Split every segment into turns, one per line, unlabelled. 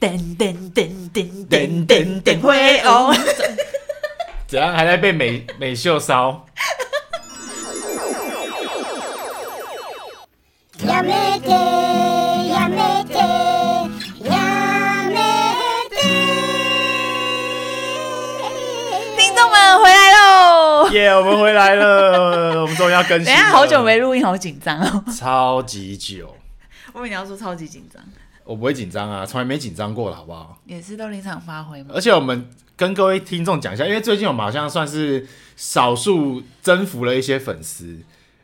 噔噔噔噔噔
噔噔
噔
噔
噔会哦。
怎样还在被美 美秀骚？
やめてやめてやめて
听众们回来喽！
耶、我们回来了，我们终于要更新。
等一下好久没，录音，好紧张哦。
超级久。
我们要说超级紧张，
我不会紧张啊，从来没紧张过了，好不好？
也是都临场发挥嘛。
而且我们跟各位听众讲一下，因为最近我们好像算是少数征服了一些粉丝，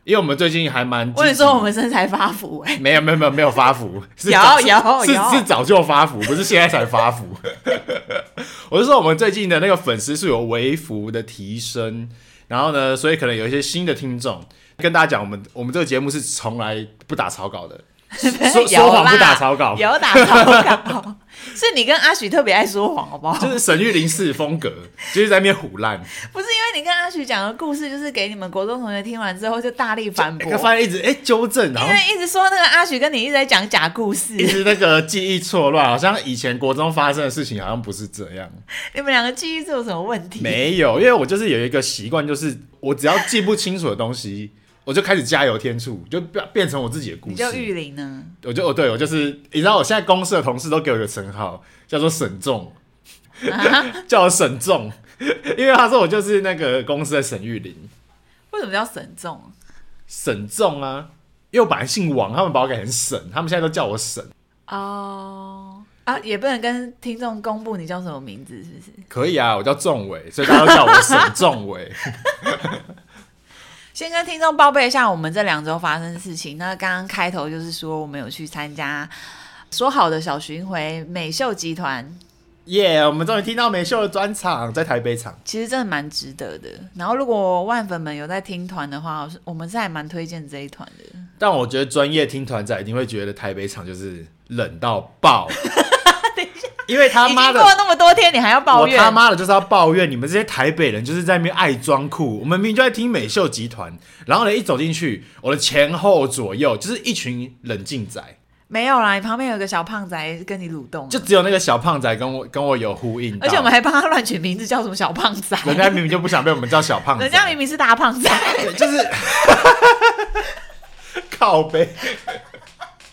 因为我们最近还蛮……
我跟你说，我们身材发福哎、
没有没有没有没有发福，是
有
早
有
是
有
是早就发福，不是现在才发福。我是说我们最近的那个粉丝数有微幅的提升，然后呢，所以可能有一些新的听众跟大家讲，我们我们这个节目是从来不打草稿的， 说说谎不打草稿，
有打草 稿，是你跟阿许特别爱说谎，好不好？
就是沈玉玲式风格，就是在那边胡乱。
不是因为你跟阿许讲的故事，就是给你们国中同学听完之后就大力反驳，
就发现一直哎、纠正，然
因
后
为一直说那个阿许跟你一直在讲假故 事
一，直那个记忆错乱，好像以前国中发生的事情好像不是这样。
你们两个记忆是有什么问 题？
没有，因为我就是有一个习惯，就是我只要记不清楚的东西， 我就开始加油添醋，就变变成我自己的故
你
事
就。玉林呢？
我就哦，对我就是，你知道我现在公司的同事都给我一个称号，叫做沈重， 叫我沈重， 因为他说我就是那个公司的沈玉林，
为什么叫沈啊重？
沈重啊，因为我本来姓王，他们把我改成沈，他们现在都叫我沈，
哦、啊，也不能跟听众公布你叫什么名字，是不是？
可以啊，我叫仲伟，所以大家都叫我沈仲伟。
先跟听众报备一下我们这两周发生的事情。那刚刚开头就是说我们有去参加说好的小巡回美秀集团，
耶我们终于听到美秀的专场，在台北场。
其实真的蛮值得的。然后如果万粉们有在听团的话，我是我们是还蛮推荐这一团 的。
但我觉得专业听团仔一定会觉得台北场就是冷到 爆。因为他
已经
妈
过
的，
了那么多天，你还要抱
我
怨？
他妈的就是要抱怨你们这些台北人就是在那边爱装酷。我们明明就在听美秀集团，然后呢一走进去，我的前后左右就是一群冷静仔，
没有啦，你旁边有个小胖仔跟你蠕动，
就只有那个小胖仔跟我跟我有呼应到。
而且我们还帮他乱取名字，叫什么小胖仔？
人家明明就不想被我们叫小胖仔，
人家明明是大胖仔，
对就是靠背，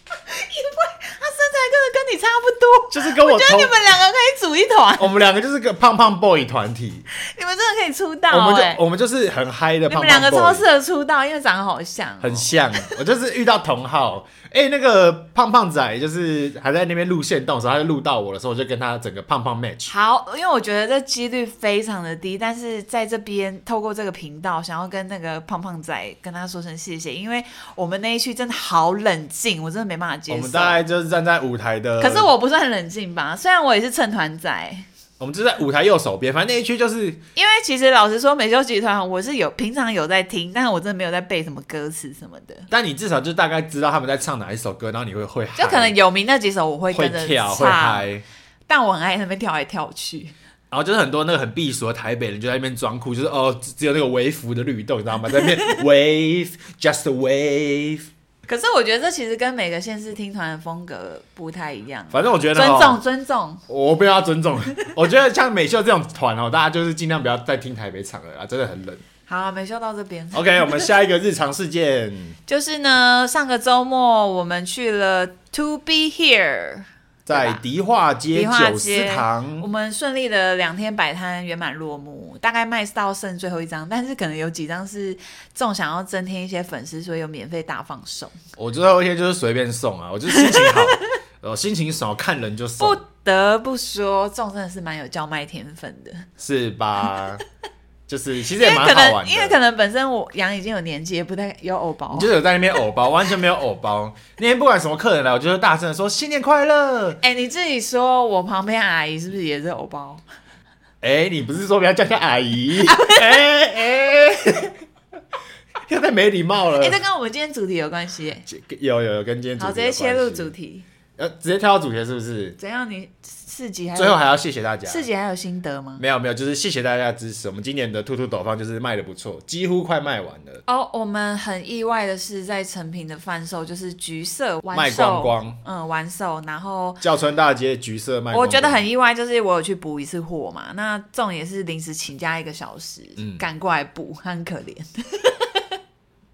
他身材真的跟你差不多。
就是跟我
我觉
同
得你们两个可以组一团，
我们两个就是个胖胖 boy 团体，
你们真的可以出道
我们
哎、
就我们就是很嗨的
你
胖胖 boy。
们两个超适合出道，因为长得好像哦、
很像，我就是遇到同好，哎、那个胖胖仔就是还在那边录线动的时候，他就录到我的时候，我就跟他整个胖胖 match。
好，因为我觉得这几率非常的低，但是在这边透过这个频道，想要跟那个胖胖仔跟他说声谢谢，因为我们那一区真的好冷静，我真的没办法接
我
受。
们大概呃就是站在舞台的，
可是我不算冷静吧，虽然我也是蹭团仔，
我们就在舞台右手边，反正那一区就是
因为其实老实说，美秀集团我是有平常有在听，但是我真的没有在背什么歌词什么的，
但你至少就大概知道他们在唱哪一首歌，然后你会会嗨
就可能有名那几首我会
会
跟着
跳会
唱，
嗨。
但我很爱那边跳来跳去。
然后就是很多那个很避俗的台北人就在那边装酷，就是哦，只只有那个微服的律动，你知道吗？在那边 wave just wave，
可是我觉得这其实跟每个县市听团的风格不太一样。
反正我觉得
尊
哦
重尊重，
我不要尊重， 我觉得像美秀这种团哦，大家就是尽量不要再听台北场了啦，真的很冷。
好，没秀到这边。
OK，我们下一个日常事件，
就是呢，上个周末我们去了 To Be Here
在迪化街
迪化
九思
街，我
堂，
们顺利的两天摆摊圆满落幕，大概卖到剩最后一张，但是可能有几张是众想要增添一些粉丝，所以有免费大放送。
我最后一天就是随便送啊，我就是心情好，我心情爽，看人就
不
送，
得不说，众真的是蛮有叫卖天分的，
是吧？ 就是其实
因
也
为
蛮
可
好玩
能因为
的。
可能本身我羊已经有年纪，也不太有偶包啊
你。就是有在那边偶包，完全没有偶包。那天不管什么客人来，我就会大声的说新年快乐。
哎、你自己说，我旁边阿姨是不是也是偶包？
哎、你不是说不要叫她 阿姨？哎哎， 又太没礼貌了。
哎、这跟我们今天主题有关系、哎
呃有有有跟今天主
好，
题
直接切入主
题，
题，哎
呃，直接跳到主题是不是？
怎样你？四集还有
最后还要谢谢大家。
四集还有心得吗？
没有没有，就是谢谢大家的支持。我们今年的兔兔斗方就是卖的不错，几乎快卖完了，
哦，我们很意外的是，在成品的贩售就是橘色
卖
完
光
售，
光
嗯，完售，然后。
叫春大街橘色卖光光。
我觉得很意外，就是我有去补一次货嘛，那重点是临时请假一个小时，
嗯
赶过来补，很可怜。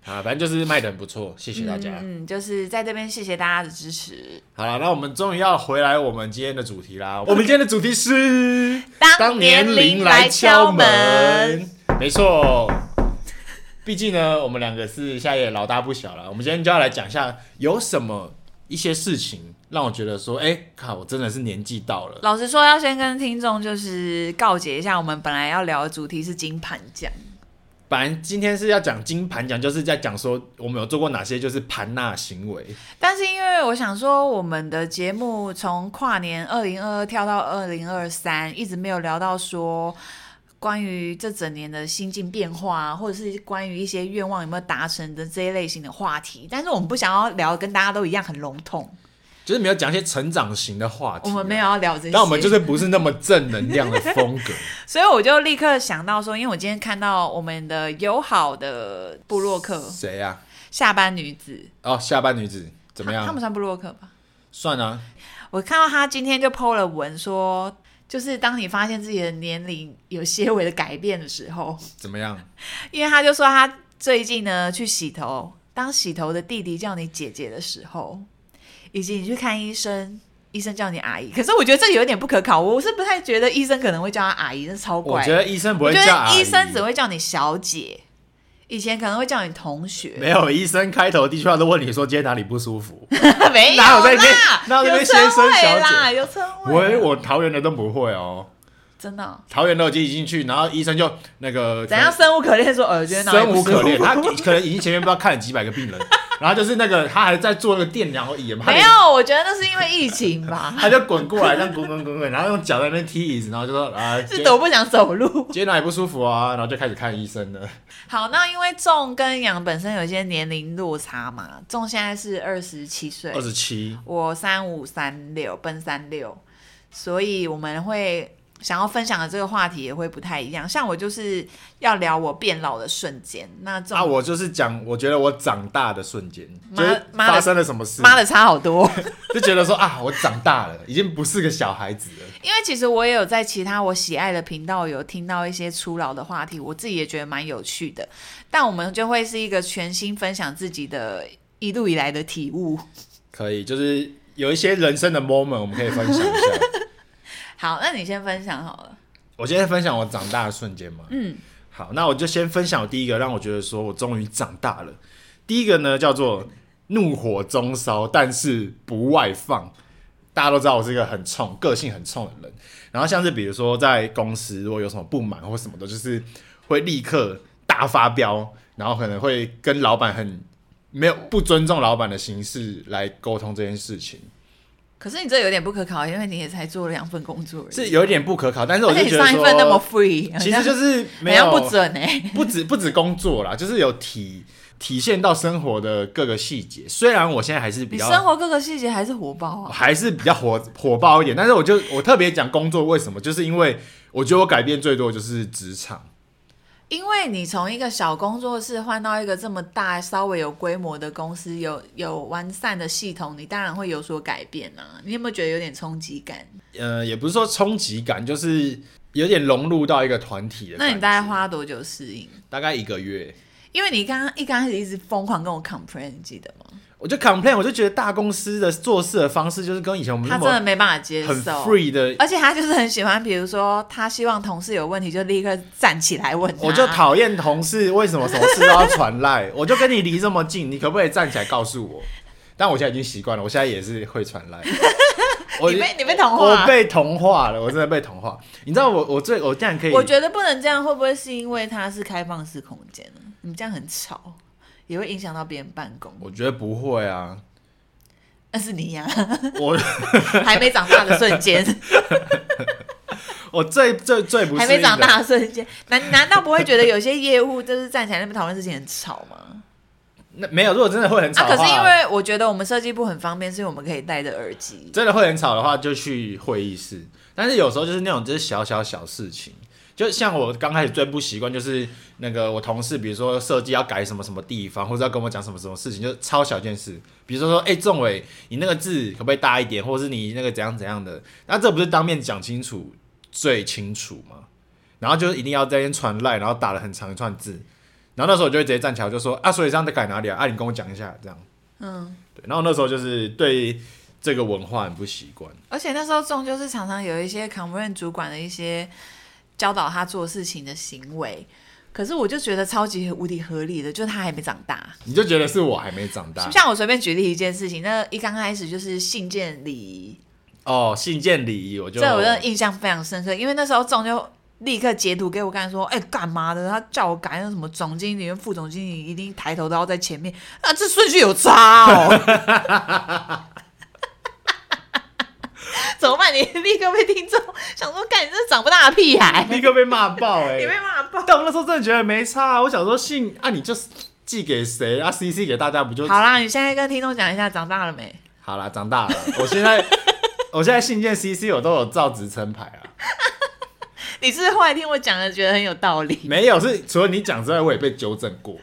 啊，反正就是卖的很不错，谢谢大家。
嗯，就是在这边谢谢大家的支持。
好了，那我们终于要回来我们今天的主题啦。我们今天的主题是
当年龄来敲门
没错，毕竟呢，我们两个是现在也老大不小了。我们今天就要来讲一下有什么一些事情让我觉得说，哎、靠，我真的是年纪到了。
老实说，要先跟听众就是告解一下，我们本来要聊的主题是金盘奖，
本来今天是要讲金盘奖，就是在讲说我们有做过哪些就是盘纳行为。
但是因为我想说，我们的节目从跨年二零二二跳到二零二三，一直没有聊到说关于这整年的心境变化啊，或者是关于一些愿望有没有达成的这一类型的话题。但是我们不想要聊跟大家都一样很笼统，
就是没有讲一些成长型的话题、
我们没有，要聊这些。
啊但我们就是不是那么正能量的风 格。
所以我就立刻想到说，因为我今天看到我们的友好的布洛克
谁啊呀、
下班女子，
哦，下班女子怎么样？
她她们算布洛克吧？
算啊，
我看到他今天就 PO 了文说，就是当你发现自己的年龄有些微的改变的时候，
怎么样？
因为他就说他最近呢去洗头，当洗头的弟弟叫你姐姐的时候，以及你去看医生，医生叫你阿姨。可是我觉得这有点不可考，我是不太觉得医生可能会叫他阿姨，那超
我
怪
觉
的。
得医生不会
我觉
叫啊阿
得
姨，
医生只会叫你小姐，以前可能会叫你同学，
没有医生开头第一句话都问你说今天哪里不舒服。
啊没有
哪有在那边
啦，
哪有在那边
有称
先生
谓
小姐
啦，有称谓啦。
喂，我桃园的都不会哦，
真的哦、
桃园的我就已经去，然后医生就那个
怎样生无可恋说呃耳觉脑
生无可恋，他
他
可能已经前面不知道看了几百个病 人，然后就是那个他还在做那个电疗椅嘛，他
没
连
有，我觉得那是因为疫情 吧，
他就滚过来，这样滚滚滚滚，然后用脚在那边踢椅子，然后就说啊，
是
今
都不想走路。
今天哪里不舒服啊，然后就开始看医生了。
好，那因为仲跟杨本身有一些年龄落差嘛，仲现在是二十七岁
二，十七，
我三五三六，奔三六，所以我们会想要分享的这个话题也会不太一样。像我就是要聊我变老的瞬间，那仲
啊，我就是讲，我觉得我长大的瞬间，就
妈
是
妈的
发生了什么事，
妈的差好多。
就觉得说 啊，我长大了，已经不是个小孩子了。
因为其实我也有在其他我喜爱的频道有听到一些初老的话题，我自己也觉得蛮有趣的。但我们就会是一个全新分享自己的一路以来的体悟。
可以，就是有一些人生的 moment，我们可以分享一 下。
好，那你先分享好了。
我今天分享我长大的瞬间嘛。
嗯，
好，那我就先分享我第一个，让我觉得说我终于长大了。第一个呢叫做怒火中烧，但是不外放。大家都知道我是一个很冲、个性很冲的人。然后像是比如说在公司，如果有什么不满或什么的，就是会立刻大发飙，然后可能会跟老板很没有不尊重老板的形式来沟通这件事情。
可是你这有点不可考，因为你也才做了两份工作而已，
是有一点不可考，但是我
而且
就
你
觉得
上一
说，
份那么 free，
其实就是
好
没有
像不准哎、
不止不止工作啦，就是有体体现到生活的各个细节。虽然我现在还是比
你
较
生活各个细节还是火爆啊。
还是比较火火爆一点，但是我就我特别讲工作为什么，就是因为我觉得我改变最多就是职场。
因为你从一个小工作室换到一个这么大、稍微有规模的公司，有有完善的系统，你当然会有所改变啊。你有没有觉得有点冲击感？
呃，也不是说冲击感，就是有点融入到一个团体的感
那
觉。
你大概花多久适应？
大概一个月，
因为你刚刚一刚开始一直疯狂跟我 complain，你记得吗？
我就 complain，我就觉得大公司的做事的方式就是跟以前我们
他
那
真的
么
没办法接
嗯很
受，
free 的
而且他就是很喜欢，比如说他希望同事有问题就立刻站起来问他
我就讨厌同事为什么什么事都要传赖， 我就跟你离这么近，你可不可以站起来告诉我？但我现在已经习惯了，我现在也是会传 赖。我
你被你被同化啊
我被同化了，我真的被同化。你知道我我最我竟然可以，
我觉得不能这样，会不会是因为它是开放式空间呢？你们这样很吵，也会影响到别人办公。
我觉得不会啊，
那是你呀、
我
还没长大的瞬间，
我最最最 不适
还没
应的
长大的瞬间，难难道不会觉得有些业务就是站起来那边讨论事情很吵吗？
那没有，如果真的会很吵
啊，
的
可
话，
是因为我觉得我们设计部很方便，是因为我们可以戴着耳机。
真的会很吵的话，就去会议室。但是有时候就是那种就是小小小事情，就像我刚开始最不习惯就是那个我同事，比如说设计要改什么什么地方，或者要跟我讲什么什么事情，就超小件事。比如说说，哎、仲伟，你那个字可不可以大一点，或者是你那个怎样怎样的？那这不是当面讲清楚最清楚吗？然后就一定要在那边传赖，然后打了很长一串字。然后那时候我就会直接站起来，我就说啊，所以这样在改哪里啊？啊，你跟我讲一下，这样。
嗯，
对，然后那时候就是对这个文化很不习惯。
而且那时候仲就是常常有一些 c o m p r a i n 主管的一些教导他做事情的行为，可是我就觉得超级无敌合理的，就是他还没长大。
你就觉得是我还没长大
像我随便举例一件事情，那一刚开始就是信件礼仪，
哦，信件礼仪我就
这我真的印象非常深刻，因为那时候仲就立刻截图给我看，说：“哎、干嘛的？他叫我改那什么总经理跟副总经理，一定抬头都要在前面，那、这顺序有差哦。”怎么办？你立刻被听众想说，干你这长不大的屁孩，
立刻被骂爆 哎、
你被骂爆。
但我那时候真的觉得没差啊，我想说信啊，你就是寄给谁啊，CC 给大家不就
好啦，你现在跟听众讲一下，长大了没？
好啦，长大了，我现在 我现在信件 CC 我都有照职称牌啊，
你是不是后来听我讲的，觉得很有道理？
没有是除了你讲之外，我也被纠正过，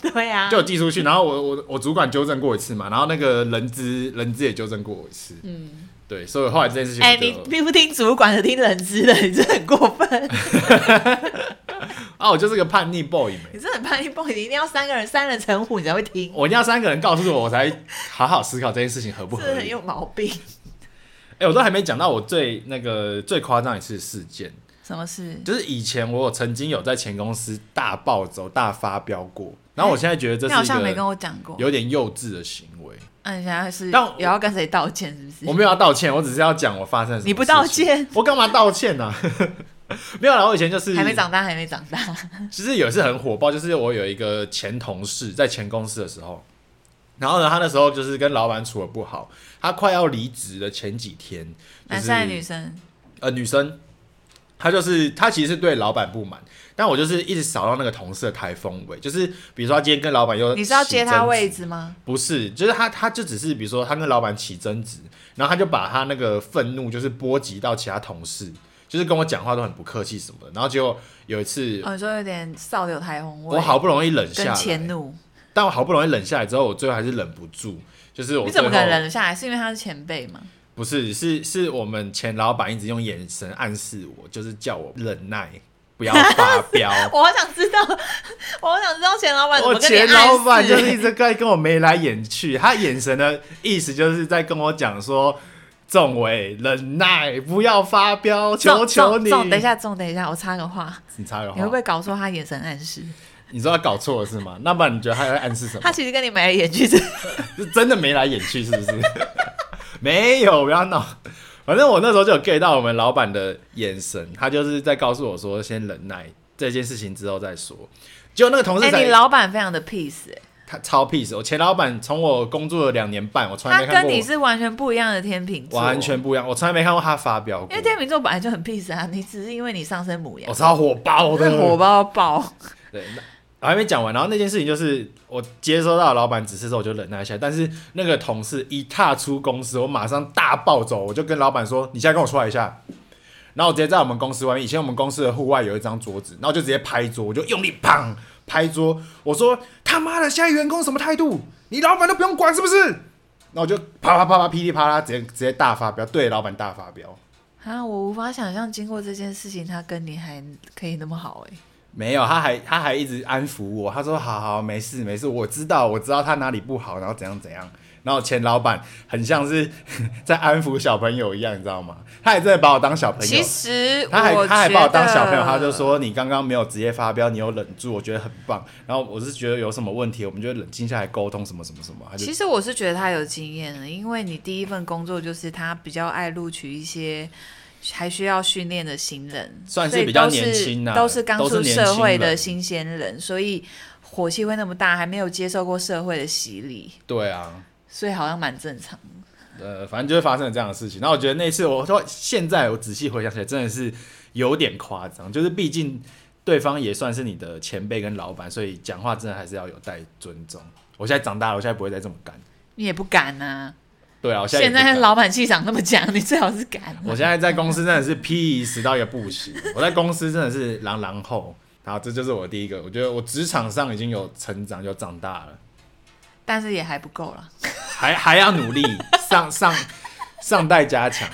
对啊，
就我寄出去，然后我我我主管纠正过一次嘛，然后那个人资人资也纠正过我一次，嗯，对，所以后来这件事情
哎、
我就
你并不听主管的，听人资的，你真的很过分，
啊，我就是个叛逆 boy 没。
你真的很叛逆 boy，你一定要三个人三人成虎，你才会听，
我一定要三个人告诉我，我才好好思考这件事情合不
真
合
的很
理。
有毛病。
哎、我都还没讲到我最那个最夸张一次事件，
什么事？
就是以前我有曾经有在前公司大暴走、大发飙过，然后我现在觉得这
你好
是
像没
一
跟
个
我讲过。
有点幼稚的行为。
那你现在是
但我
有要跟谁道歉？是不是？
我没有要道歉，我只是要讲我发生什么事情。
你不道歉，
我干嘛道歉呢、啊？ 没有啦，我以前就是
还没长大，还没长大。
其实有一次很火爆，就是我有一个前同事在前公司的时候，然后呢，他那时候就是跟老板处的不好，他快要离职的前几天，就是、
男生还是女生？
呃女生，她就是她其实是对老板不满，但我就是一直扫到那个同事的台风尾，就是比如说他今天跟老板又
你是要接他位
置。
置吗？
不是，就是他，他就只是比如说他跟老板起争执，然后他就把他那个愤怒就是波及到其他同事，就是跟我讲话都很不客气什么的。然后结果有一次，
哦，你说有点少有台红味，
我好不容易冷下
跟
来，
迁怒，
但我好不容易冷下来之后，我最后还是忍不住，就是我
你怎么可
最后
能忍得下来？是因为他是前辈吗？
不是，是是我们前老板一直用眼神暗示我，就是叫我忍耐，不要发飙。
我好想知道，我好想知道前老板怎
我
么跟你
前
暗示、
哦老板就是一直在跟我眉来眼去，他眼神的意思就是在跟我讲说，仲伟忍耐，不要发飙，求
仲
求
仲
你。
仲等一，下，仲等一下，我插个话，
你插个
你会不
话，
会搞错他眼神暗示？
你说他搞错了是吗？那不然你觉得他在暗示什么
他？其实跟你眉来眼去，这
是真的眉来眼去，是不 是？没有，不要闹。反正我那时候就有 get 到我们老板的眼神，他就是在告诉我说，先忍耐这件事情之后再说。结果那个同事
哎、
才、
你老板非常的 peace，、哎，
他超 peace。我前老板从我工作了两年半，我从来
他
没看
跟
过
你是完全不一样的天秤座，
完全，不一样，我从来没看过他发飙
因
过
为。天秤座本来就很 peace 啊，你只是因为你上升母羊
我、，超火爆哦的，
哦火爆到爆，
对，那我还没讲完，然后那件事情就是我接收到老板指示之后，我就忍耐一下。但是那个同事一踏出公司，我马上大暴走，我就跟老板说：“你现在跟我出来一下。”然后我直接在我们公司外面，以前我们公司的户外有一张桌子，然后就直接拍桌，我就用力砰拍桌，我说：“他妈的，现在员工什么态度？你老板都不用管是不是？”然后我就啪啪啪啪噼里啪啦，直接直接大发飙，对老板大发飙。
啊，我无法想象经过这件事情，他跟你还可以那么好、哎，
没有，他还他还一直安抚我，他说好好没事没事，我知道我知道他哪里不好，然后怎样怎样。然后前老板很像是 在安抚小朋友一样，你知道吗？他也真的把我当小朋友
其，实
他还
我
他还
觉
把我当小朋友，
得
他就说你刚刚没有直接发飙，你有忍住，我觉得很棒。然后我是觉得有什么问题，我们就冷静下来沟通什么什么什么。他就
其实我是觉得他有经验的，因为你第一份工作就是他比较爱录取一些还需要训练的新人，
算是
所以
比较
都是
年轻啊
都是刚
都是
出
年
社
轻
会的
人
新鲜人，所以火气会那么大，还没有接受过社会的洗礼，
对啊，
所以好像蛮正常的。
呃，反正就是发生了这样的事情。然后我觉得那次我，说现在我仔细回想起来，真的是有点夸张，就是毕竟对方也算是你的前辈跟老板，所以讲话真的还是要有待尊重。我现在长大了，我现在不会再这么干。
你也不敢呐、
对啊，我现在也
现
不敢
在老板气场那么强，你最好是敢啊、
我现在在公司真的是 peace 到一个不行，我在公司真的是狼狼后。好，这就是我第一个，我觉得我职场上已经有成长，有长大了，
但是也还不够啦。
还还要努力，上上上代加强。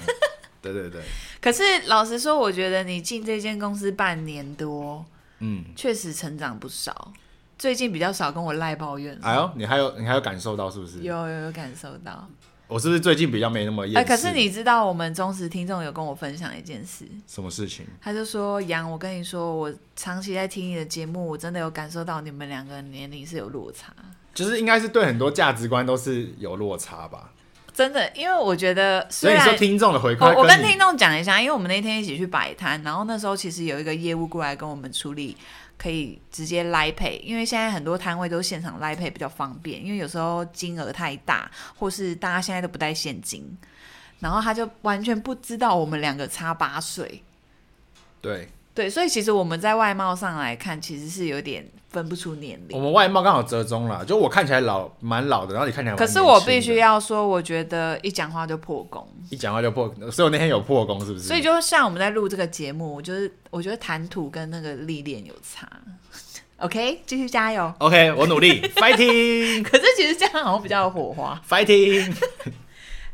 对对对，
可是老实说，我觉得你进这间公司半年多，
嗯，
确实成长不少。最近比较少跟我赖抱怨，
哎呦，你还有你还有感受到是不是？
有有有感受到。
我是不是最近比较没那么厌世？
哎、可是你知道，我们忠实听众有跟我分享一件事，
什么事情？
他就说：“杨，我跟你说，我长期在听你的节目，我真的有感受到你们两个年龄是有落差，
就是应该是对很多价值观都是有落差吧。
真的。因为我觉得，
所
虽
以你
然
说听 众的回
我
馈，
我跟
你
听众讲一下，因为我们那天一起去摆摊，然后那时候其实有一个业务过来跟我们处理，可以直接来配，因为现在很多摊位都现场来配比较方便，因为有时候金额太大，或是大家现在都不带现金，然后他就完全不知道我们两个差八岁，
对
对，所以其实我们在外貌上来看，其实是有点分不出年
我
龄。
们外貌刚好折中啦，就我看起来老蛮老的，然后你看起来蛮
可是我
年轻的
必须要说，我觉得一讲话就破功，
一讲话就破，所以我那天有破功是不是？
所以就像我们在录这个节目，就是我觉得谈吐跟那个历练有差。OK，继续加油。
OK，我努 力，fighting
可是其实这样好像比较有火花。
fighting。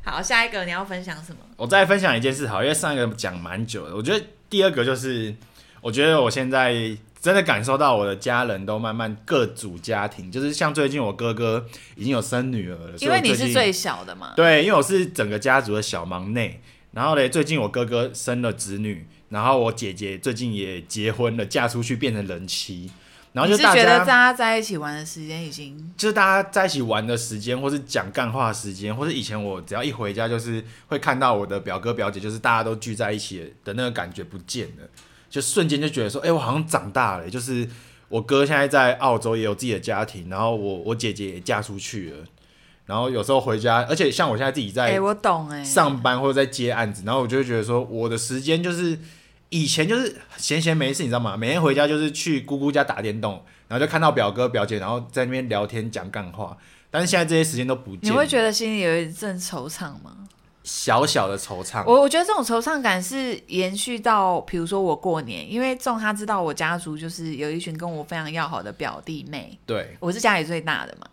好，下一个你要分享什么？
我再分享一件事好，因为上一个讲蛮久的，我觉得第二个就是，我觉得我现在真的感受到我的家人都慢慢各组家庭，就是像最近我哥哥已经有生女儿了，所以
因
我
为你
近
是最小的嘛。
对，因为我是整个家族的小忙内。然后嘞，最近我哥哥生了子女，然后我姐姐最近也结婚了，嫁出去变成人妻。然后
你
就是大
觉得大
家
家在一起玩的时间已经
就是大家在一起玩的时间，或是讲干话的时间，或是以前我只要一回家，就是会看到我的表哥表姐，就是大家都聚在一起的那个感觉不见了，就瞬间就觉得说，哎、我好像长大了。就是我哥现在在澳洲也有自己的家庭，然后我我姐姐也嫁出去了，然后有时候回家，而且像我现在自己在
哎、我懂哎、
上班或者在接案子，然后我就会觉得说，我的时间就是以前就是闲闲没事，你知道吗？每天回家就是去姑姑家打电动，然后就看到表哥表姐，然后在那边聊天讲干话。但是现在这些时间都不
你
见了，
会觉得心里有一阵惆怅吗？
嗯小小的惆怅。
我我觉得这种惆怅感是延续到，比如说我过年，因为仲他知道我家族就是有一群跟我非常要好的表弟妹，
对，
我是家里最大的嘛。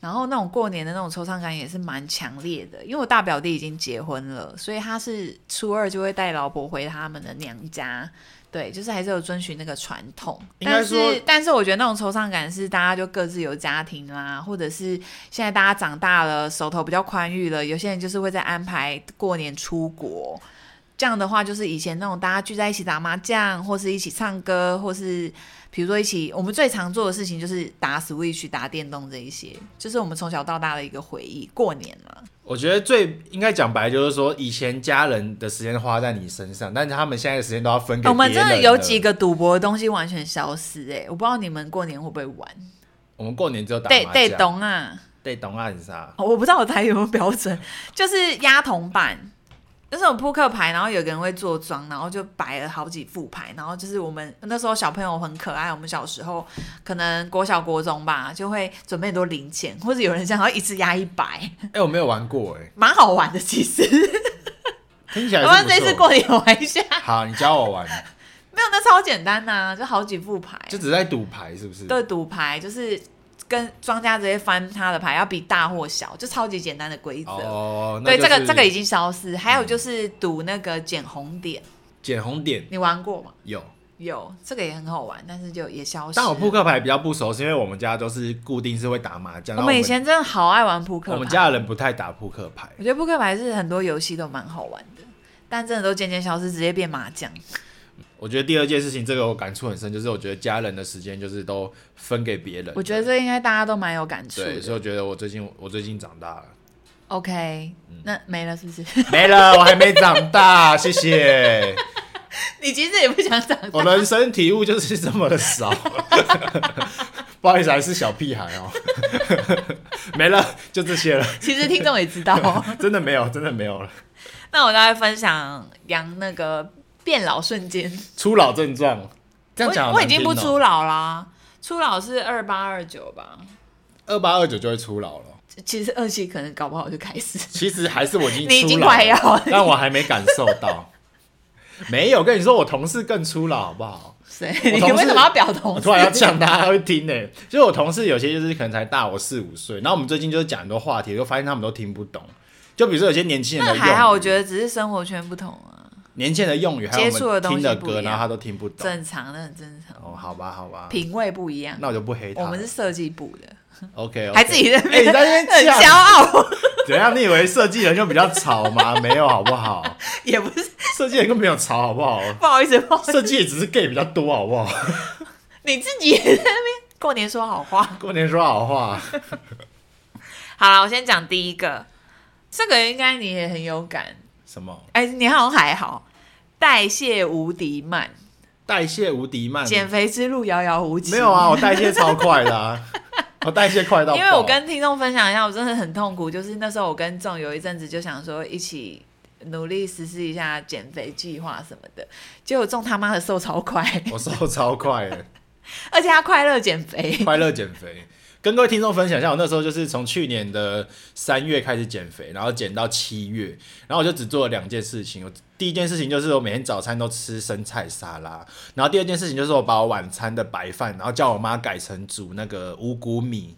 然后那种过年的那种惆怅感也是蛮强烈的，因为我大表弟已经结婚了，所以他是初二就会带老婆回他们的娘家，对，就是还是有遵循那个传统。
应该
但
说
是，但是我觉得那种惆怅感是大家就各自有家庭啦，或者是现在大家长大了，手头比较宽裕了，有些人就是会在安排过年出国。这样的话，就是以前那种大家聚在一起打麻将，或是一起唱歌，或是比如说一起，我们最常做的事情就是打 Switch、打电动这一些，就是我们从小到大的一个回忆。过年了，
我觉得最应该讲白就是说，以前家人的时间花在你身上，但是他们现在的时间都要分给
哦我们
别
真的
人
有
了
几，个赌博的东西完全消失哎、我不知道你们过年会不会玩？
我们过年只有打
对
麻
对，
将，
懂啊，哦
对懂暗杀，
我不知道我台语有没有标准， 就是压铜板。那种扑克牌，然后有个人会做庄，然后就摆了好几副牌，然后就是我们那时候小朋友很可爱，我们小时候可能国小国中吧，就会准备很多零钱，或者有人想要一次压一百，
哎、我没有玩过哎、
蛮好玩的其实。
听起来
我们
是
这
不
次
错。
过年玩一下，
好，你教我玩，
没有，那超简单呐、就好几副牌，
就只是在赌牌是不是？
对赌牌，就是跟庄家直接翻他的牌，要比大或小，就超级简单的规则。
哦，那
对，
就是
这个这个已经消失。还有就是赌那个捡红点，
捡红点
你玩过吗？
有，
有，这个也很好玩，但是就也消失。
但我扑，克牌比较不熟，是因为我们家都是固定是会打麻将，
我
然后
们以前真的好爱玩扑克牌。
我们家的人不太打扑克牌，
我觉得扑克牌是很多游戏都蛮好玩的，但真的都渐渐消失，直接变麻将。
我觉得第二件事情，这个我感触很深，就是我觉得家人的时间就是都分给别人，
我觉得这应该大家都蛮有感触
对，所
的。
以我觉得我最近我最近长大了，
OK，、那
嗯
没了是不是？
没了，我还没长大，谢谢，
你其实也不想长
我
大。
人生体悟就是这么的少。 不好意思，还是小屁孩哦， 没了，就这些了，
其实听众也知道。
真的没有，真的没有了。
那我再分享杨那个变老瞬间。
初老症状，这样讲
我
好
我已
难
经不
听哦
初老啦，初老是二八二九吧？
二八二九就会出牢了。
其实二期可能搞不好就开始。
其实还是我已经
你已经
出老了
快要了
但我还没感受到。 没有，跟你说，我同事更出老，好不好？
谁？
我
你
同事
为什么要表同
我
事？
突然要讲，大家会听呢、就是我同事有些就是可能才大我四五岁，然后我们最近就是讲很多话题，就发现他们都听不懂。就比如说有些年轻人
那
的
还好，我
用语，
觉得只是生活圈不同啊，
年轻人的用语，还
接
有我
触的
们
东西
听的
不一
歌，
样
然后他都听不懂。
正常，那很正常。
哦，好吧，好吧，
品味不一样，
那我就不黑他
我
了。
们是设计部的，
OK，, o
还自己在那
哎、
边
你在那 边
很骄
讲，
傲，
怎样？你以为设计人就比较吵吗？ 没有，好不好？
也不是
设计人更没有吵，好不好？
不好意思，不好意思，
设计也只是 gay 比较多，好不好？
你自己也在那边过年说好话。
过年说好话，
好了，我先讲第一个，这个应该你也很有感，
什么
哎、你好像还好，代谢无敌慢，
代谢无敌慢？
减肥之路遥遥无期。
嗯没有啊，我代谢超快的、啊，我代谢快到爆。
因为我跟听众分享一下，我真的很痛苦，就是那时候我跟仲有一阵子就想说一起努力实施一下减肥计划什么的，结果仲他妈的瘦超快，
我瘦超快的，
而且他快乐减 肥，
快乐减肥。跟各位听众分享一下，我那时候就是从去年的三月开始减肥，然后减到七月，然后我就只做了两件事情。我第一件事情就是我每天早餐都吃生菜沙拉，然后第二件事情就是我把我晚餐的白饭，然后叫我妈改成煮那个五谷米，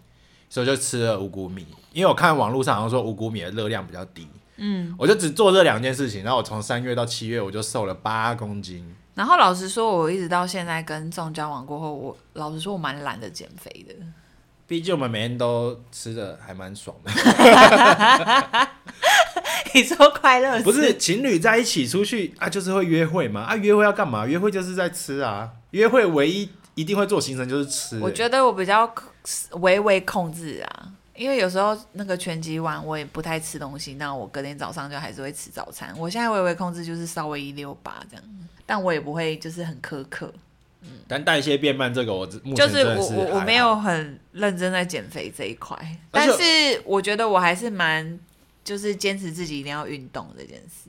所以我就吃了五谷米。因为我看网络上好像说五谷米的热量比较低，嗯，我就只做这两件事情，然后我从三月到七月我就瘦了八公斤。
然后老实说，我一直到现在跟仲交往过后，我老实说我蛮懒得减肥的。
毕竟我们每天都吃的还蛮爽的。
你说快 乐
不是情侣在一起出去啊，就是会约会嘛啊，约会要干嘛？约会就是在吃啊，约会唯一一定会做行程就是吃、
我觉得我比较微微控制啊，因为有时候那个拳击完我也不太吃东西，那我隔天早上就还是会吃早餐。我现在微微控制就是稍微一六八这样，但我也不会就是很苛刻，
得，但代谢变慢这个我只目前
就是
真的
我
是
我
还
我
好
没有很认真在减肥这一块，
而
但
且
是我觉得我还是蛮就是坚持自己一定要运动这件事。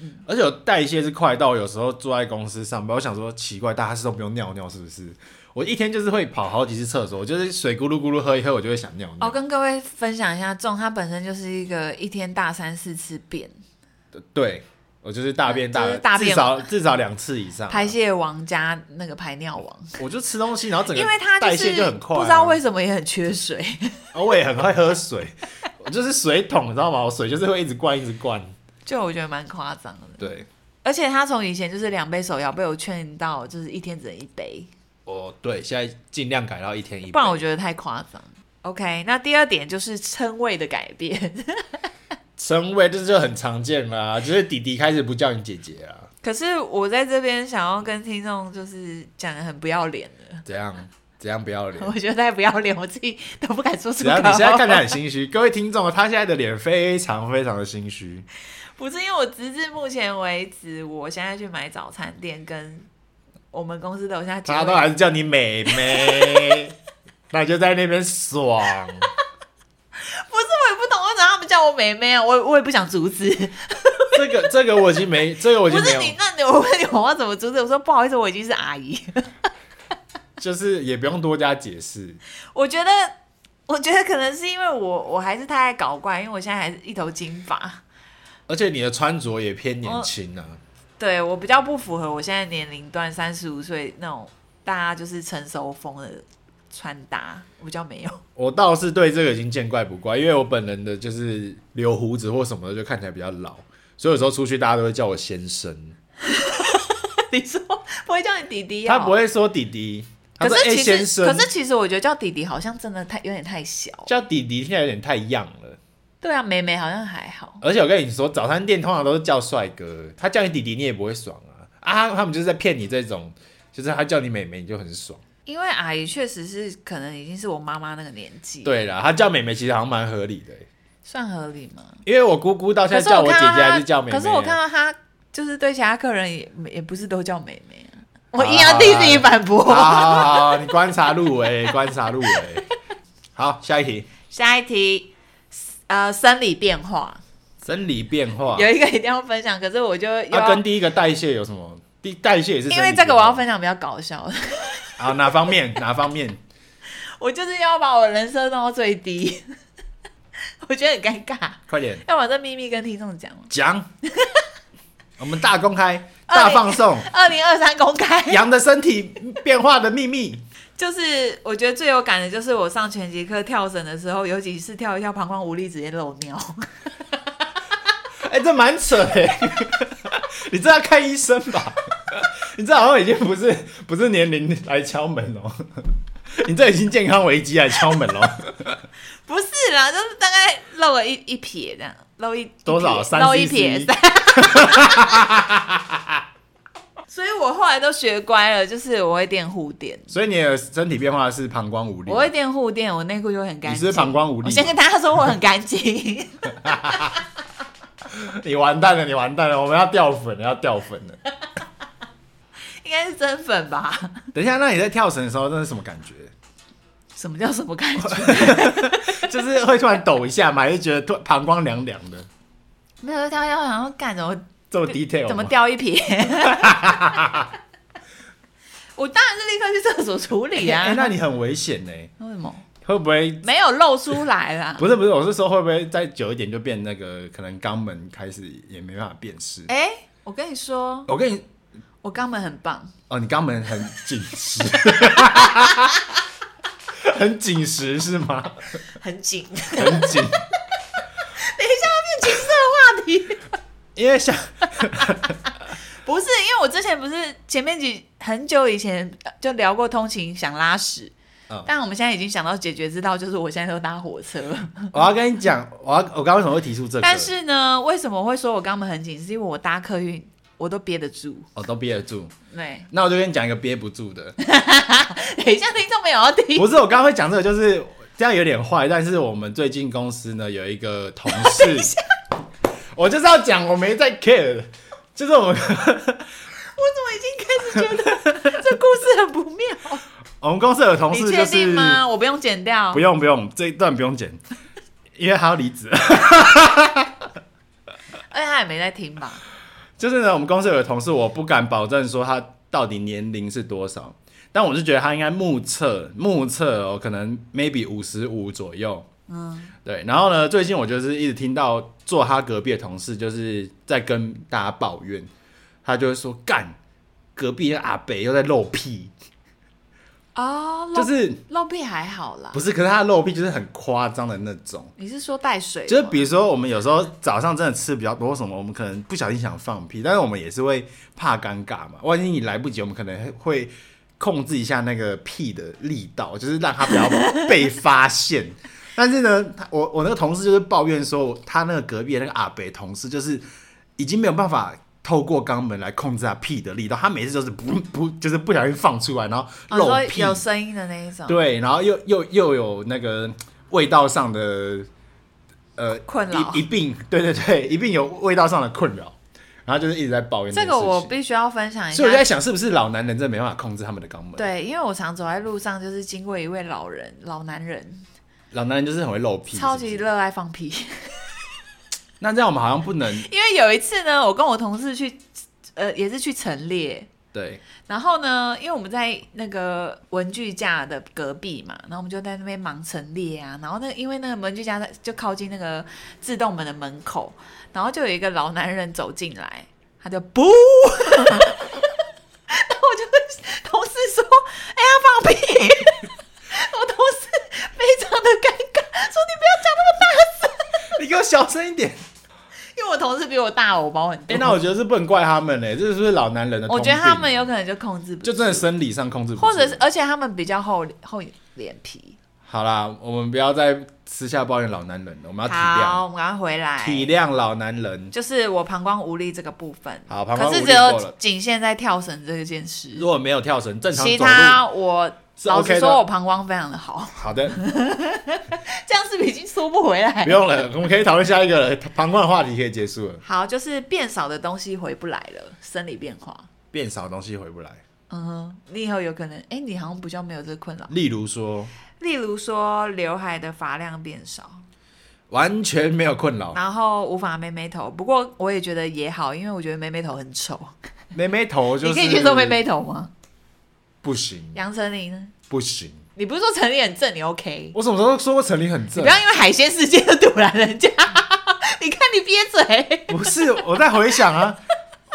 嗯而且我代谢是快到有时候坐在公司上班，我想说奇怪，大家是都不用尿尿是不是？我一天就是会跑好几次厕所，我就是水咕噜咕噜喝一喝，我就会想尿尿。
哦，跟各位分享一下，仲他本身就是一个一天大三四次便
对，我就是大便大，
就是大便
至少至少两次以上。啊
排泄王加那个排尿王。
我就吃东西，然后整个
因为他
代
就是
谢就很快、
不知道为什么也很缺水，
啊，我也很爱喝水， 我就是水桶，你知道吗？我水就是会一直灌，一直灌。
就我觉得蛮夸张的。
对，
而且他从以前就是两杯手摇被我劝到，就是一天只能一杯，
我对现在尽量改到一天一杯，
不然我觉得太夸张。OK，那第二点就是称谓的改变。
称谓这就很常见啦、就是弟弟开始不叫你姐姐啊，
可是我在这边想要跟听众就是讲的很不要脸的，
怎样怎样不要脸
我。觉得太不要脸，我自己都不敢说出
只要
口。
你现在看起来很心虚，各位听众，他现在的脸非常非常的心虚。
不是因为我直至目前为止，我现在去买早餐店跟我们公司楼下结
他都
尾
还是叫你妹 妹，那你就在那边爽。
不是，我也不懂为什么他们叫我妹妹啊，我我也不想阻止。
这个这个我已经没，这个我已
不
经没
是
有
你，，那你我问你，我要怎么阻止？我说不好意思，我已经是阿 姨。
就是也不用多加解释。
我觉得，我觉得可能是因为我我还是太爱搞怪，因为我现在还是一头金发，
而且你的穿着也偏
哦
年轻啊。
对我比较不符合我现在年龄段三十五岁那种大家就是成熟风的穿搭，我比较没有。
我倒是对这个已经见怪不怪，因为我本人的就是留胡子或什么的，就看起来比较老，所以有时候出去大家都会叫我先生，
你说不会叫你弟弟、哦？
他不。会说弟弟，他
可
说哎、
是其
先
实，
生，
可是其实我觉得叫弟弟好像真的太有点太小。
叫弟弟听起来有点太样了。
对啊，妹妹好像还好。
而且我跟你说，早餐店通常都是叫帅哥，他叫你弟弟你也不会爽啊啊，他们就是在骗你这种，就是他叫你妹妹你就很爽。
因为阿姨确实是可能已经是我妈妈那个年纪，，
对啦，他叫妹妹其实好像蛮合理的欸、
算合理吗？
因为我姑姑到现
可
在
是
叫
我
我姐
看
姐
到他，
还是叫妹妹、啊，
可是我看到他就是对其他客人也也不是都叫妹妹、啊， 我硬要替自己反驳。
好好好好，你观察入围，观察入围。好，下一题，
下一题，呃，生理变化
生理变化，
有一个一定要分享，可是我就又
它、
要、
啊跟第一个代谢有什么？第代谢也是生理
因
变化
为这个我要分享比较搞笑的，
好哪方面？哪方面？
我就是要把我的人设弄到最低， 我觉得很尴尬。
快点
要把这秘密跟听众讲吗？
讲，我们大公
哦
开、大放送
二零二三公开，
羊的身体变化的秘密。
就是我觉得最有感的就是我上拳击课跳绳的时候，有几次跳一跳膀胱无力，直接漏尿。
哎、这蛮扯的，你这要看医生吧？ 你这好像已经不是不是年龄来敲门哦， 你这已经健康危机来敲门哦。
不是啦，就是大概漏了一一撇这样，漏一
多少
一撇
三
漏一
CC
撇。三 所以我后来都学乖了，就是我会垫护垫，
所以你的身体变化是膀胱无力，
我会垫护垫，我内裤就会很干净。
你是膀胱无力
我先跟大家说我很干净，
你完蛋了，你完蛋了，我们要掉粉了，要掉粉了。
应该是真粉吧？
等一下，那你在跳绳的时候，那是什么感觉？
什么叫什么感觉？
就是会突然抖一下嘛，还是觉得突膀胱凉凉的？
没有跳跳，然后干什么？
这么 detail 吗
怎么？掉一 撇？我当然是立刻去厕所处理
哎、
啊。
那你很危险呢、
为什么
会不会？
没有露出来啦？
不是不是，我是说会不会再久一点就变那个，可能肛门开始也没办法辨识。
哎、我跟你说，
我跟你
我肛门很棒，
哦，你肛门很紧 实，很紧实是吗？
很紧。等一下
很紧，
要变情色话题，
因为像
不是因为我之前不是前面几很久以前呃就聊过通勤想拉屎。
嗯
但我们现在已经想到解决之道，就是我现在都搭火车。
我要跟你讲，我要我刚刚为什么会提出这个？
但是呢，为什么会说我肛门很紧？是因为我搭客运我都憋得住。
我哦都憋得住，
对，
那我就跟你讲一个憋不住的。
等一下听众没有要听，
不是，我刚刚会讲这个，就是这样有点坏。但是我们最近公司呢有一个同 事，我就是要讲，我没在 care，的就是我
我
们
怎么已经开始觉得这故事很不妙？
我们公司有 同
你
事就
确
是
定吗？我不用剪掉，
不用不用这一段不用剪，因为他要离职。
而且哎他也没在听吧？
就是呢，我们公司有个同事，我不敢保证说他到底年龄是多少，但我是觉得他应该目测目测哦，可能 maybe 五十五左右。嗯，对。然后呢，最近我就是一直听到坐他隔壁的同事就是在跟大家抱怨，他就会说干。隔壁的阿北又在露屁，
哦，
就
漏
是
漏屁还好啦
不。是？可是他的露屁就是很夸张的那种，
你是说带水吗？哦
就是比如说我们有时候早上真的吃比较多什么，我们可能不小心想放屁，但是我们也是会怕尴尬嘛，万一你来不及，我们可能会控制一下那个屁的力道，就是让它不要被发现。但是呢，他我我那个同事就是抱怨说，他那个隔壁的那个阿北同事就是已经没有办法。透过肛门来控制他屁的力道，他每次都是不不就是不小心放出来，然后
哦
漏
你说
屁，
有声音的那一种，
对，然后又又又有那个味道上的呃
困扰
一一并，对对对，一并有味道上的困扰，然后就是一直在抱怨
这
件
个
事
我
情
必须要分享一下
所以我。就在想，是不是老男人真的没办法控制他们的肛门？，
对，因为我常走在路上，就是经过一位老人，老男人，
老男人就是很会露屁，
超
是
级
不是
热爱放屁。
那这样我们好像不能
因为有一次呢，我跟我同事去，呃，也是去陈列，
对，
然后呢，因为我们在那个文具架的隔壁嘛，然后我们就在那边忙陈列啊。然后那因为那个文具架在就靠近那个自动门的门口，然后就有一个老男人走进来，他就不， 然后我就跟同事说：“哎、呀，放屁！”我同事非常的尴尬，说：“你不要讲那么大声。
你给我小声一点。”
因为我同事比我大偶包很
哎、
多，
那我觉得是不能怪他们嘞、这是不是老男人的通
我
病？
觉得他们有可能就控制不
就
住，
真的生理上控制不住，
或者是而且他们比较厚厚脸皮。
好啦，我们不要再私下抱怨老男人了，我们要体
好，
谅
我们赶快回
体
来。
谅老男人。
就是我膀胱无力这个部分，
好膀胱
可是
无
只
力过
有
了
仅限在跳绳这件
如
事，
果没有跳绳，正常走
其
路
他我
是
老实
OK 的。
说，我膀胱非常的好，
好的，
这样是不是已经缩不回来
不？用 了，我们可以讨论下一个了。膀胱的话题可以结束了，
好，就是变少的东西回不来了，生理变化。
变少的东西回不来。
嗯哼，你以后有可能，哎，你好像比较没有这个困扰。
例如说，
例如说，刘海的发量变少，
哦完全没有困扰，
然后无法妹妹头。不过我也觉得也好，因为我觉得妹妹头很丑。
妹妹头就是
你可以去做妹妹头吗？
不行
杨丞琳呢？
不行，
你不是说陈立很正，你 OK？
我什么时候说过陈琳很
你
正
不？要因为海鲜事件就堵拦人家。你看你憋嘴，
不是，我在回想啊，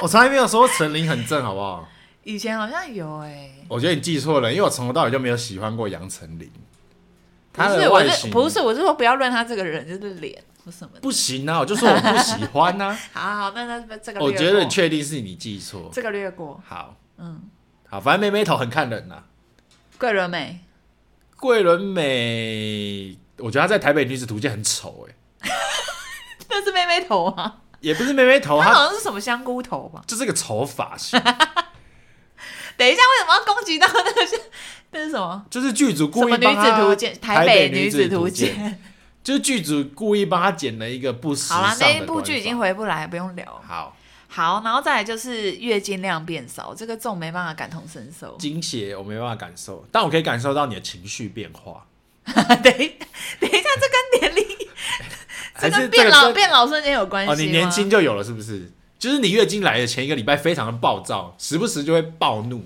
我从来没有说过陈琳很正，好不好？
以前好像有哎、
我觉得你记错了，因为我从头到尾就没有喜欢过杨丞琳。
不
她
是
的
我
外
是
形
不是我是说不要论他这个人，就是脸或什么的。
不行啊，我就说我不喜 欢啊。
好好，好那那这个
我
略
觉得
过
你确定是你记错。
这个略过，
好，
嗯，
好，反正妹妹头很看人呐、啊。
桂纶镁
桂纶镁，我觉得她在台北女子图鉴很丑哎、
那是妹妹头吗？
也不是妹妹头，
她好
她
像是什么香菇头吧？
就是个丑发型，
等一下，为什么要攻击到那个是那是什么？
就是剧组
什
故
么
意
女
帮
子
她
图鉴？
台
北
女
子
图鉴，
鉴。
就是剧组故意帮她剪了一个不时
好
尚的
啦，那一
短
部剧已经
发
回不来，不用聊。
好
好，然后再来就是月经量变少，这个这种没办法感同身受。
惊血，我没办法感受，但我可以感受到你的情绪变化，
等一等一下，这跟年龄、这
还是
跟变老
这个
变老瞬间有关系吗？
哦，你年轻就有了是不是？就是你月经来的前一个礼拜非常的暴躁，时不时就会暴怒，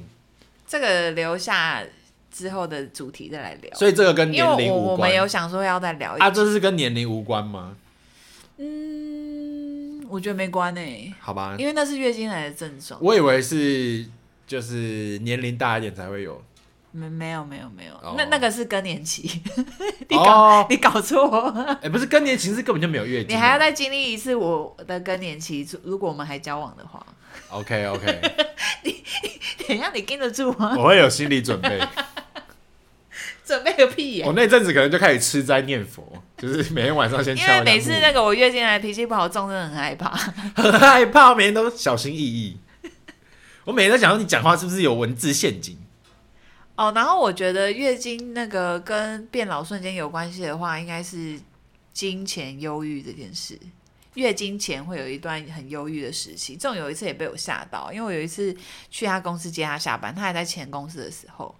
这个留下之后的主题再来聊。
所以这个跟
因
年
为
龄
我我
无
们有
关。
想说要再聊一
啊，
下，
这是跟年龄无关吗？
嗯，我觉得没关诶、
好吧，
因为那是月经来的症状。
嗯我以为是就是年龄大一点才会有。
没没有没有没有，
哦
那那个是更年期， 你搞、
哦，
你搞错，
哎、不是更年期是根本就没有月
你
经啊，
还要再经历一次我的更年期。如果我们还交往的话，
OK OK，
等一下你跟得住吗？
我会有心理准备。
准备个屁呀、
我那阵子可能就开始吃斋念佛，就是每天晚上先
因
敲一
为
下
每次
木
那个我月经来脾气不好，重真的很害怕。
很害怕，每天都小心翼翼。我每天在想说你讲话是不是有文字陷阱？
哦，然后我觉得月经那个跟变老瞬间有关系的话，应该是金钱忧郁这件事。月经前会有一段很忧郁的时期，这种有一次也被我吓到，因为我有一次去他公司接他下班，他还在前公司的时候，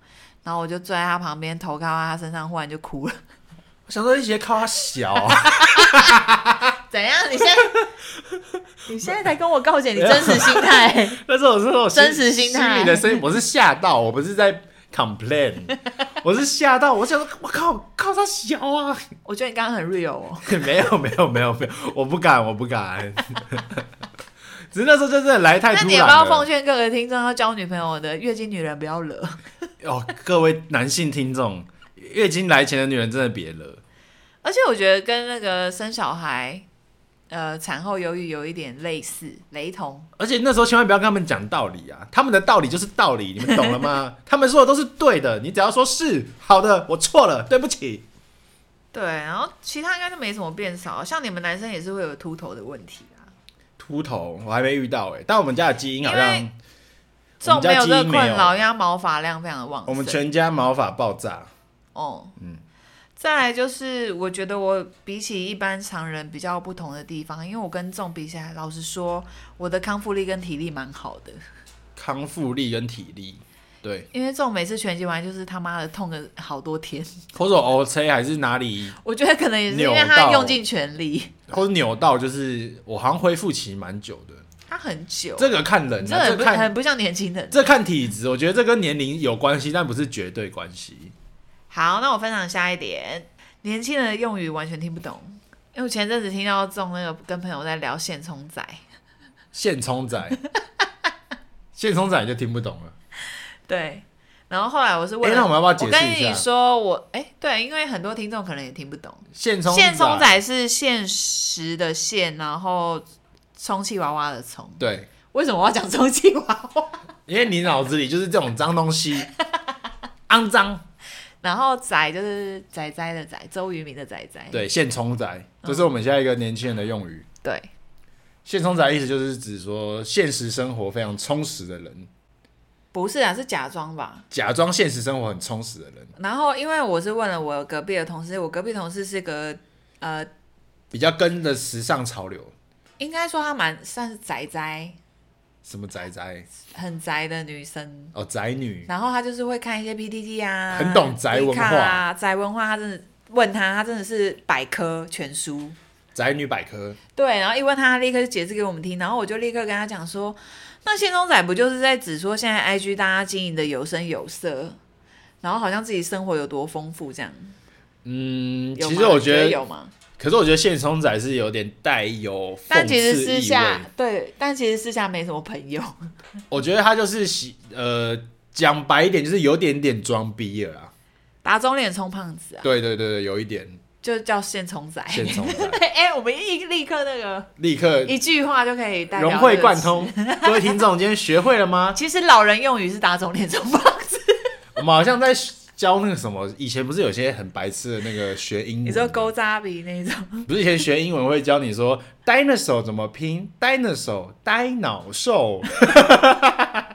然后我就坐在他旁边，头靠在他身上，忽然就哭了。
我想说一些靠他小、啊，
怎样？你现在你现在才跟我告解你真实心态？
那时候我是我
真实心态
心里的声音，我是吓到，我不是在 complain，我是吓到，我想说我靠，靠他小啊，
我觉得你刚刚很 real 哦。
没有没有没有没有，我不敢我不敢，只是那时候真的来太
那
突
你也
然
不要奉
了。
劝各个听众要交女朋友的月经女人不要惹。
哦，各位男性听众，月经来前的女人真的别了。
而且我觉得跟那个生小孩，呃，产后忧郁有一点类似、雷同。
而且那时候千万不要跟他们讲道理啊，他们的道理就是道理，你们懂了吗？他们说的都是对的，你只要说是好的，我错了，对不起。
对，然后其他应该就没什么变少，像你们男生也是会有秃头的问题啊，
秃头我还没遇到哎、但我们家的基因好
因为
像，
这种没有这个
我们家基因没
困
有
扰，因为它毛发量非常的旺盛。
我们全家毛发爆炸，
哦，
嗯
再来就是我觉得我比起一般常人比较不同的地方，因为我跟这种比起来，老实说，我的康复力跟体力蛮好的。
康复力跟体力，对，
因为这种每次拳击完就是他妈的痛个好多 天，
或者 O C 还是哪里，
我觉得可能也是因为
扭
他
到
用尽全力，
或者扭到，就是我好像恢复期蛮久的，
他很久。
这个看人、
你真
啊，
的很
这个
不
看
很不像年轻人。
这看体质，我觉得这跟年龄有关系，但不是绝对关系。
好，那我分享下一点，年轻人的用语完全听不懂，因为我前阵子听到中那个跟朋友在聊现充仔，
现 充仔，现充仔你就听不懂了。
对，然后后来我是问
诶
了，
那我们要不要解释一下
我跟你说，我哎、对，因为很多听众可能也听不懂，
现充
现充仔是现实的现，然后充气娃娃的充，
对，
为什么我要讲充气娃娃？
因为你脑子里就是这种脏东西，肮脏。
然后仔就是仔仔的仔，周渝民的仔仔，
对，现充仔，
嗯
这是我们现在一个年轻人的用语。
对，
现充仔意思就是指说现实生活非常充实的人，
不是啊，是假装吧？
假装现实生活很充实的人，
然后因为我是问了我隔壁的同事，我隔壁同事是个呃，
比较跟着时尚潮流，
应该说她蛮算是宅宅，
什么宅宅
很宅的女生。
哦，宅女，
然后她就是会看一些 PTT 啊，
很懂宅文化
Dcard 啊，宅文化。她真的问她，她真的是百科全书。
宅女百科，
对，然后一问她，她立刻就解释给我们听，然后我就立刻跟她讲说，那现中仔不就是在指说现在 IG 大家经营的有声有色，然后好像自己生活有多丰富这样。
嗯，
有
其
吗
实我
你觉
觉
有
得，
吗？
可是我觉得现充仔是有点带有讽
但其实
刺
私
意味。
下对，但其实私下没什么朋友。
我觉得他就是喜呃，讲白一点，就是有点点装逼了啦。
打肿脸充胖子啊，
对对对对，有一点
就叫现充仔。
现充仔，
哎、我们一立刻那个
立刻
一句话就可以代表
融会
这个
贯
词。
通。 各位听众，今天学会了吗？
其实老人用语是打肿脸充胖子，
我们好像在教那个什么，以前不是有些很白痴的那个学英文的？
你说勾扎鼻那一种，
不是以前学英文会教你说 dinosaur 怎么拼，dinosaur 呆脑兽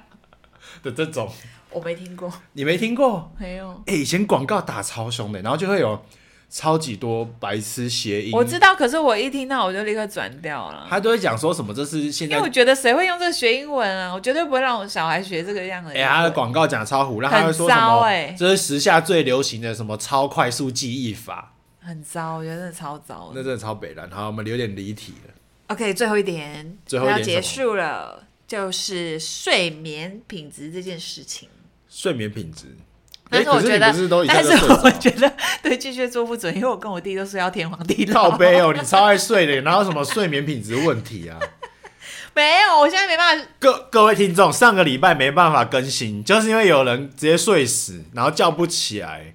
的这种，
我没听过，
你没听过？
没有。
哎、以前广告打超凶的，然后就会有超级多白痴谐音，
我知，道，可是我一听到我就立刻转掉了，
他都会讲说什么这是现
因为我
在。
觉得谁会用这个学英文啊？我绝对不会让我小孩学这个样的。
哎、他的广告讲超虎，然后他会说
很
什
糟
么？
欸
这是时下最流行的什么超快速记忆法，
很糟，我觉得真的超糟
那
的。
真的超北蓝。好，我们有点离题了。
OK，最后一点，
最后一点
要结
什
束了，就是睡眠品质这件事情。
睡眠品质，
但
哎
是我
可
觉
你
得，
不是都一下
但
就是睡着
我
了
觉得对巨蟹座不准，因为我跟我弟都睡到天荒地老。
靠背哦，你超爱睡的，哪有什么睡眠品质问题啊？
没有，我现在没办法。
各各位听众，上个礼拜没办法更新，就是因为有人直接睡死，然后叫不起来，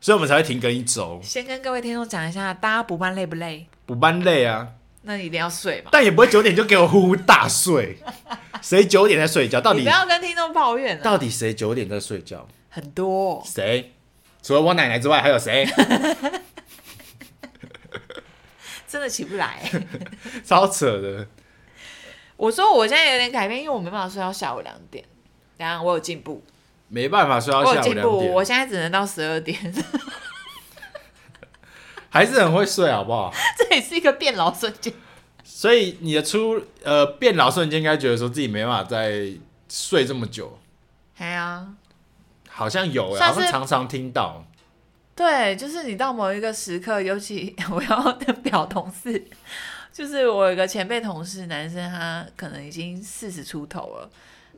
所以我们才会停更一周。
先跟各位听众讲一下，大家补班累不累？
补班累啊，
那一定要睡嘛。
但也不会九点就给我呼呼 大睡。谁九点在睡觉？到
你
底
不要跟听众抱怨了，
到底谁九点在睡觉？
很多、
谁？除了我奶奶之外，还有 谁？
真的起不来。
超扯的。
我说我现在有点改变，因为我没办法睡到下午两点。当然，我有进步，
没办法睡到
我
哦
有
下午
哦进
两
步，我
点，
现在只能到十二点，
还是很会睡，好不好？
这也是一个变老瞬间。
所以你的出呃变老瞬间，应该觉得说自己没办法再睡这么久，
哎呀，
好像有、欸，
算
好
是
像常常听到。
对，就是你到某一个时刻，尤其 我要表同事，就是我有一个前辈同事，男生他可能已经四十出头了，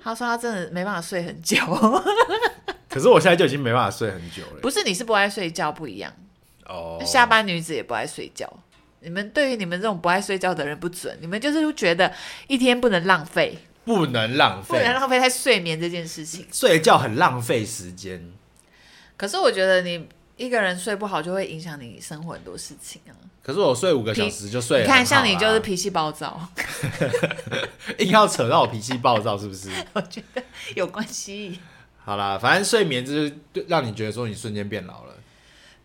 他说他真的没办法睡很久，
可是我现在就已经没办法睡很久了、
不是你是不爱睡觉不一样，
哦，
下班女子也不爱睡觉。你们对于你们这种不爱睡觉的人不准，你们就是觉得一天不能浪费，
不能浪
不能
费，
浪费在睡眠这件事情。
睡觉很浪费时间。
可是我觉得你一个人睡不好，就会影响你生活很多事情啊。
可是我睡五个小时就睡
你
了、
看，像你就是脾气暴躁，
硬要扯到我脾气暴躁，是不是？
我觉得有关系。
好啦，反正睡眠就是对让你觉得说你瞬间变老了。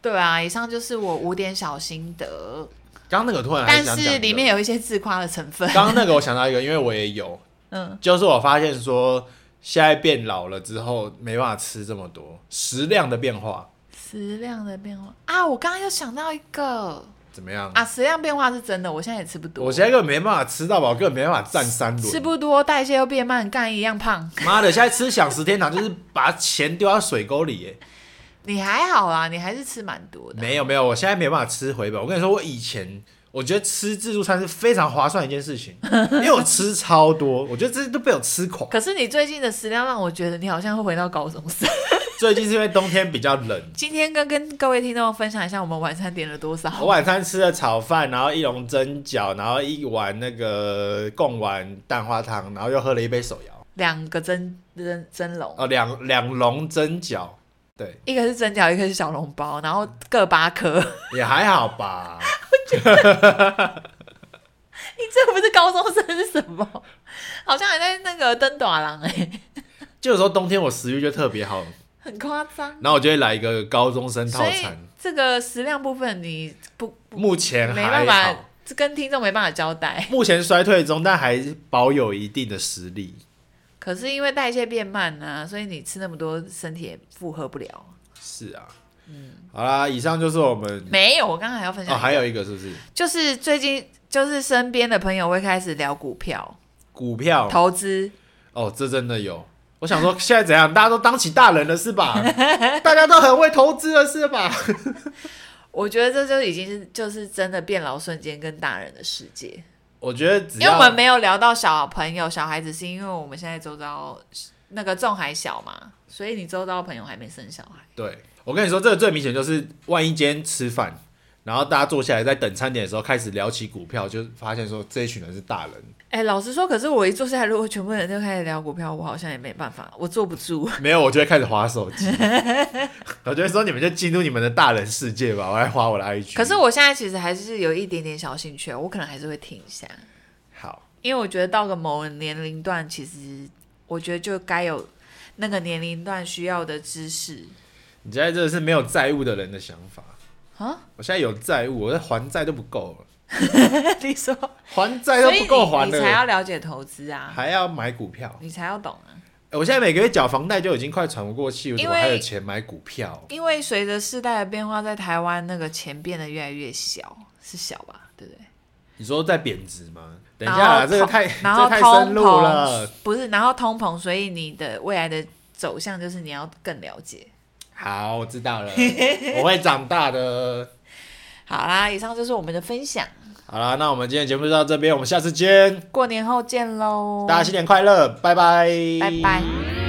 对啊，以上就是我五点小心得，
刚刚那个突然还
但
哎想讲一个，
是里面有一些自夸的成分。
刚刚那个我想到一个，因为我也有，
嗯，
就是我发现说现在变老了之后没办法吃这么多，食量的变化
食量的变化啊，我刚刚又想到一个
怎么样？
啊，食量变化是真的，我现在也吃不多，
我现在根本没办法吃到饱，根本没办法站三轮。
吃不多，代谢又变慢，干一样胖。
妈的，现在吃享食天堂就是把钱丢到水沟里耶。
你还好啊，你还是吃蛮多的。
没有没有，我现在没办法吃回本。我跟你说，我以前我觉得吃自助餐是非常划算的一件 事情，因为我吃超多，我觉得这都被我吃垮。
可是你最近的食量让我觉得你好像会回到高中生。
最近是因为冬天比较冷，
今天跟跟各位听众分享一下我们晚餐点了多
我
少。
晚餐吃了炒饭，然后一笼蒸饺，然后一碗那个贡丸蛋花汤，然后又喝了一杯手摇，
两个蒸蒸蒸笼，
哦，两两笼蒸饺，对，
一个是蒸饺，一个是小笼包，然后各八颗。你
也还好吧。
这不是高中生是什么？好像还在那个登短廊哎，
就有时候冬天我食欲就特别好，
很夸张。
然后我就会来一个高中生套
所以
餐。
这个食量部分你不不
目前
没办
还
法
好，，
这跟听众没办法交代。
目前衰退中，但还保有一定的实力。
可是因为代谢变慢啊，所以你吃那么多，身体也负荷不了。
是啊，好啦，以上就是我们
没有，我刚刚还要分享
嗯哦，
一个、
还有一个是不是
就是最近就是身边的朋友会开始聊股票、
股票？
投资，
哦，这真的有。我想说，现在怎样？大家都当起大人了 是吧？大家都很会投资了是吧？
我觉得这就已经是就是真的变老瞬间跟大人的世界。
我觉得
因
只
为
要
我们没有聊到小朋友、小孩子，是因为我们现在周遭那个仲还小嘛，所以你周遭的朋友还没生小孩。
对，我跟你说，这个最明显就是，万一今天吃饭，然后大家坐下来在等餐点的时候开始聊起股票，就发现说这一群人是大人。
哎、老实说，可是我一坐下来，如果全部人都开始聊股票，我好像也没办法，我坐不住。
没有，我就会开始划手机，我就会说你们就进入你们的大人世界吧，我来划我的 IG。
可是我现在其实还是有一点点小兴趣，我可能还是会听一下，
好，
因为我觉得到个某年龄段，其实我觉得就该有那个年龄段需要的知识
你现在真的是没有债务的人的想法。
啊。
我现在有债务，我在还债都不够了，
你说，
还债都
所以
不够还
你你才要
了，
了解投资啊，
还要买股票。
你才要懂啊。
欸我现在每个月缴房贷就已经快喘不过气，我怎么
因为
还有钱买股票？
因为随着世代的变化，在台湾那个钱变得越来越小，是小吧？对不对？
你说在贬值吗？等
然
一下啦，
后
这个
通
太
然后
这太深
通
入
膨
了。
不是，然后通膨，所以你的未来的走向就是你要更了解。
好，我知道了，我会长大的。
好啦，以上就是我们的分享，
好啦，那我们今天节目就到这边，我们下次见，
过年后见喽，
大家新年快乐，拜拜，
拜拜。